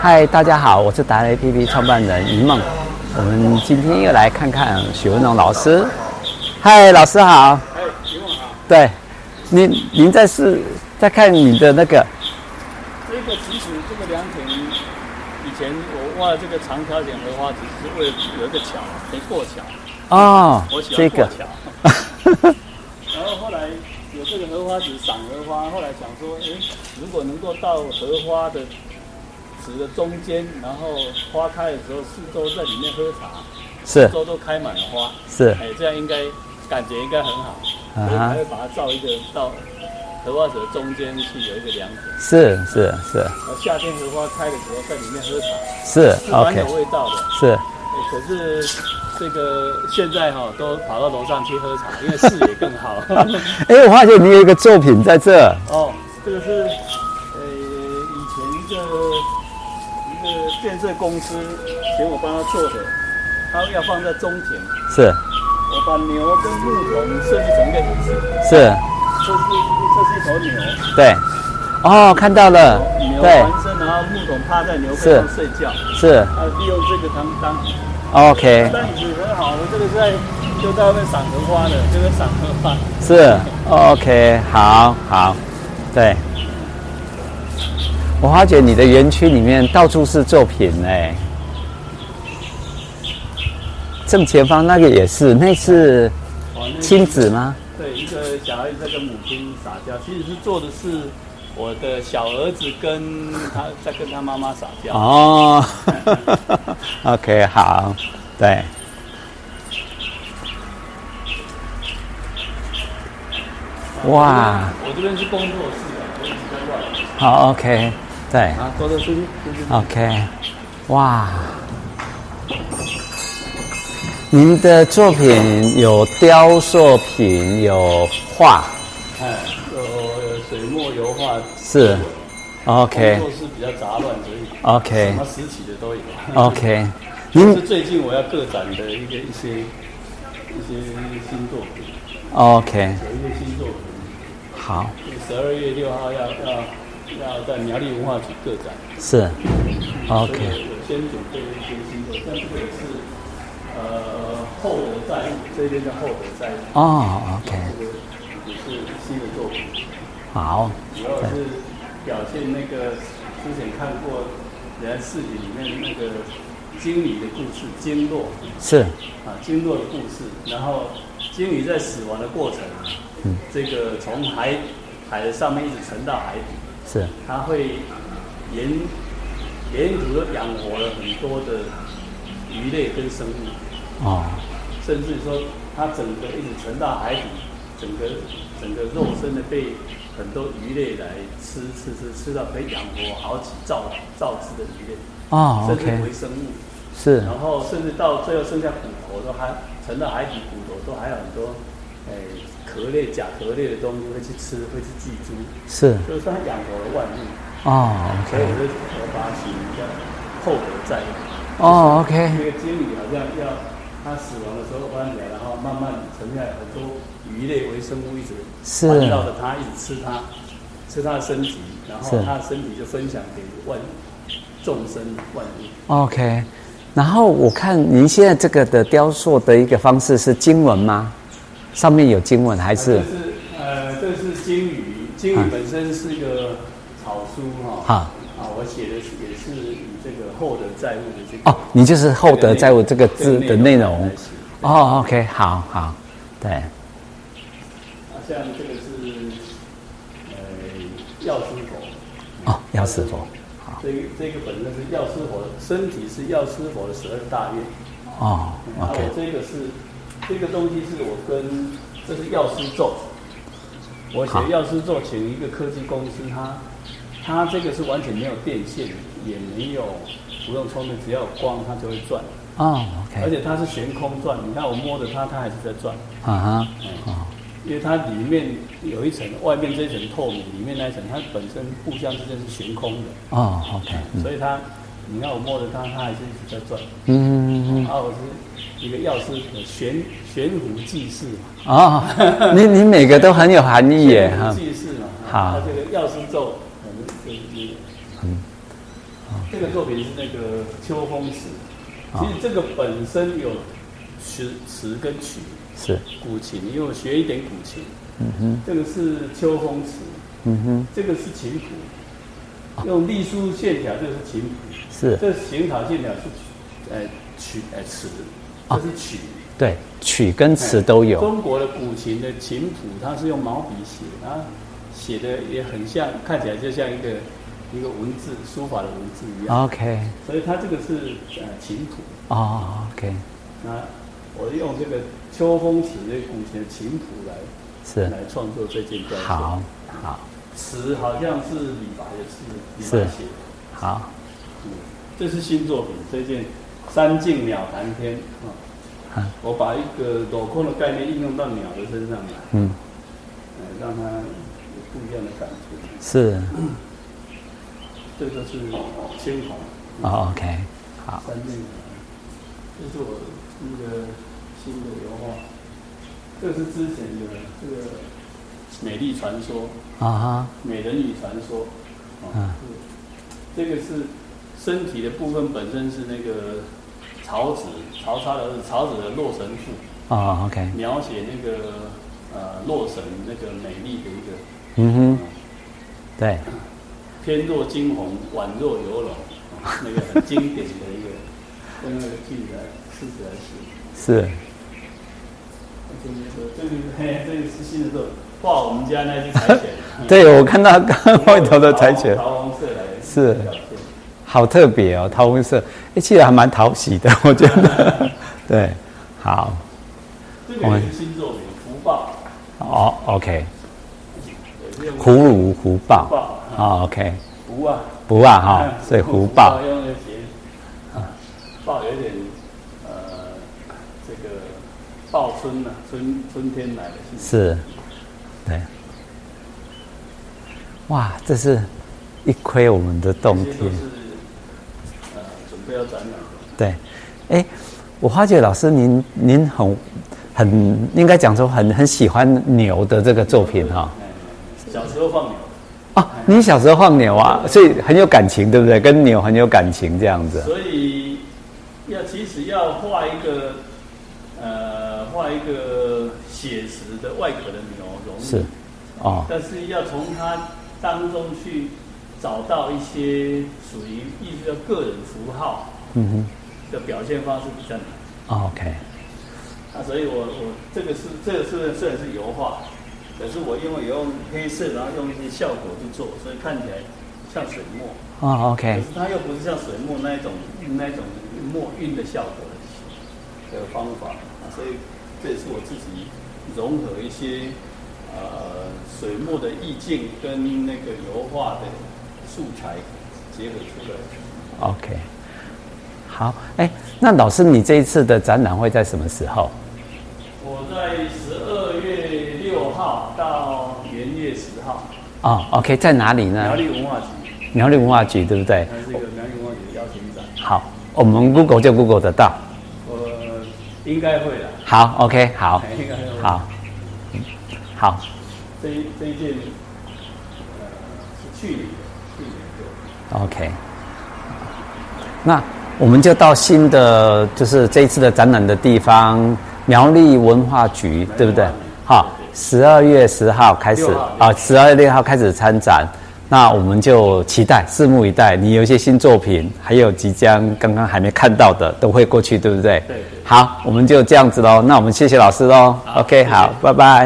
嗨，大家好，我是达人 APP 创办人一梦。我们今天又来看看许文龙老师。嗨，老师好。哎，请问啊，对，您您在是在看你的那个这个其实这个凉亭，以前我挖了这个长条点荷花，只是为了有一个桥，可以过桥，哦我，喜这欢过个桥。然后后来有这个荷花池赏荷花，后来想说，哎，如果能够到荷花的池的中间，然后花开的时候，四周在里面喝茶， 是四周都开满了花，是哎，这样应该感觉应该很好，所啊以才哈会把它造一个到荷花池的中间去有一个凉亭。是是是然后夏天荷花开的时候，在里面喝茶是是蛮，OK，有味道的。是 哎可是这个现在哈、都跑到楼上去喝茶，因为视野更 好。哎、我发现你有一个作品在这，哦，这个是呃以前一个呃一个建设公司请我帮他做的，他要放在中庭，是我把牛跟牧童设计成一个椅子，是，这是这是一头牛，对，哦，看到了，牛对，完身，然后牧童趴在牛背上睡觉，是他利用这个当当椅子 OK，但椅子很好，我这个是在就在外面赏荷花的，这个赏荷花。是 OK，好好，对，我发觉你的园区里面到处是作品哎、正前方那个也是，那是哦那亲子吗？对一个小孩子在跟母亲撒娇，其实是做的是我的小儿子跟他在跟他妈妈撒娇。哦 ，OK，好，对，哇我这边！我这边是工作室的，我一直在外面好 OK，对啊，工作室就是，OK，哇，您的作品有雕塑品，有画，哎，有有水墨油画。是工，OK 作室比较杂乱，所以 OK 什么实体的都有。 OK，这是您最近我要个展的一个一些一些新作品， OK 有一些新作品。好十二月六号要要要在苗栗文化局个展是所 OK 以我先准备一些新作，但这个也是呃厚德在物，这边叫厚德在物，哦 OK 这个也是新的作品，好主要是表现那个之前看过人家市井里面那个经理的故事，经络是啊经络的故事，然后鲸鱼在死亡的过程啊，这个从海海的上面一直沉到海底。是它会沿沿途地养活了很多的鱼类跟生物，哦甚至说它整个一直沉到海底，整个整个肉身的被很多鱼类来吃吃吃吃到可以养活好几兆兆只的鱼类，哦甚至 OK 微生物，是然后甚至到最后剩下骨头都还沉到海底，骨头都还有很多。哎，壳类、甲壳类的东西会去吃，会去寄住，是就是它养活了万物。哦所以 OK 我就我把它起名叫后德在物。哦 OK 那个鲸鱼好像要它死亡的时候弯起来，然后慢慢沉下来，很多鱼类微生物一直是环绕着它，一直吃它，吃它的身体，然后是它的身体就分享给万众生万物。 OK，然后我看您现在这个的雕塑的一个方式是经文吗？上面有经文还是啊这？是呃，这是鲸鱼，鲸啊鱼本身是一个草书哈。啊啊，我写的是也是以这个厚德载物的这个哦，你就是厚德载物这个字这个的内容来。写哦，OK，好好，对，啊，像这个是呃药师佛，哦，药师佛，这个这个本身是药师佛的身体是药师佛的十二大愿。哦然后，OK，这个是这个东西是我跟这是药师咒，我写好药师咒请一个科技公司，它它这个是完全没有电线，也没有不用充电，只要有光它就会转，哦而，OK，且它是悬空转，你看我摸着它，它还是在转。啊哈，哦，因为它里面有一层，外面这一层透明，里面那一层它本身互相之间是悬空的，哦，OK，嗯所以它，你看我摸着它，它还是一直在转。嗯，嗯嗯然后我是一个药师的悬悬壶济世嘛，哦，你你每个都很有含义耶悬哈壶济世嘛。好嗯它这个药师咒，我们就是嗯这个作品是那个秋风词，啊其实这个本身有词词跟曲，是，古琴，因为我学一点古琴，嗯哼，这个是秋风词，嗯哼，这个是琴谱，用隶书线条，这个是琴谱，啊是这行草线条是呃曲呃词，这是曲。对，曲跟啊词哎都有，中国的古琴的琴谱，它是用毛笔写，然后写的也很像，看起来就像一个一个文字书法的文字一样。 OK，所以它这个是呃琴谱。哦，OK，那我用这个秋风词这古琴的琴谱来是，来创作这件雕好像。，好，词好像是李白的词，李是白写的。好，嗯，这是新作品，这件《三径鸟谈天》啊、嗯我把一个镂空的概念应用到鸟的身上来。嗯，呃，让它有不一样的感觉。是，这个是青铜哦，OK，好，三面这是我那个新的油画，这是之前的这个美丽传说、啊美人鱼传说。嗯啊，这个是身体的部分本身是那个曹植，曹操的儿子曹植的《洛神赋》。哈，哦，OK，描写那个呃洛神那个美丽的一个嗯哼，对，翩若惊鸿，宛若游龙，啊那个很经典的 一个用那个句子来诗词来写。是，，而且那个这个嘿，这个是新的作品，画我们家那只柴犬 对我看到刚刚外头的柴用犬。桃红色来是表现。好特别哦，桃红色，哎，其实还蛮讨喜的，我觉得。 对，好，这个也是新作品，福报哦，OK，也是用葫芦虎豹福，报啊哦，OK，福啊，不啊哈，所以虎豹用的写啊，豹有点呃，这个报春呐、春春天来的信息是，对，哇，这是一窥我们的洞这些都天是，呃准备要展览的。对，哎，我发觉老师您您很很应该讲说很很喜欢牛的这个作品哈、哎小时候放牛，哦，啊，你小时候放牛啊，所以很有感情，对不对？跟牛很有感情这样子。所以要其实要画一个呃画一个写实的外壳的牛容易，是，哦，但是要从它当中去找到一些属于艺术的个人符号。嗯的表现方式比较难。哼哦，OK，啊，所以我我这个是这个是虽然是油画，可是我因为有用黑色，然后用一些效果去做，所以看起来像水墨，哦可，OK，是它又不是像水墨那一种那一种墨韵的效果的的方法、啊，所以这也是我自己融合一些呃水墨的意境跟那个油画的素材结合出来的。 OK，好，哎，那老师，你这一次的展览会在什么时候？我在十二月六号到元月十号，哦，OK，在哪里苗呢？栗文化局，苗栗文化局，对不对它？是一个苗栗文化局的邀请展，好，我们 Google 就 Google 得到。我应该会啦，好，OK，好，应该会。，好，嗯好，这一这一件，呃，是去年的，去年做 OK，那我们就到新的，就是这一次的展览的地方——苗栗文化局，对不对苗栗文化局？好，十二月十号开始6号啊，十二月六号开始参展。那我们就期待，拭目以待。你有一些新作品，还有即将刚刚还没看到的，都会过去，对不对？对对好，我们就这样子喽。那我们谢谢老师喽。好 OK，谢谢好，拜拜。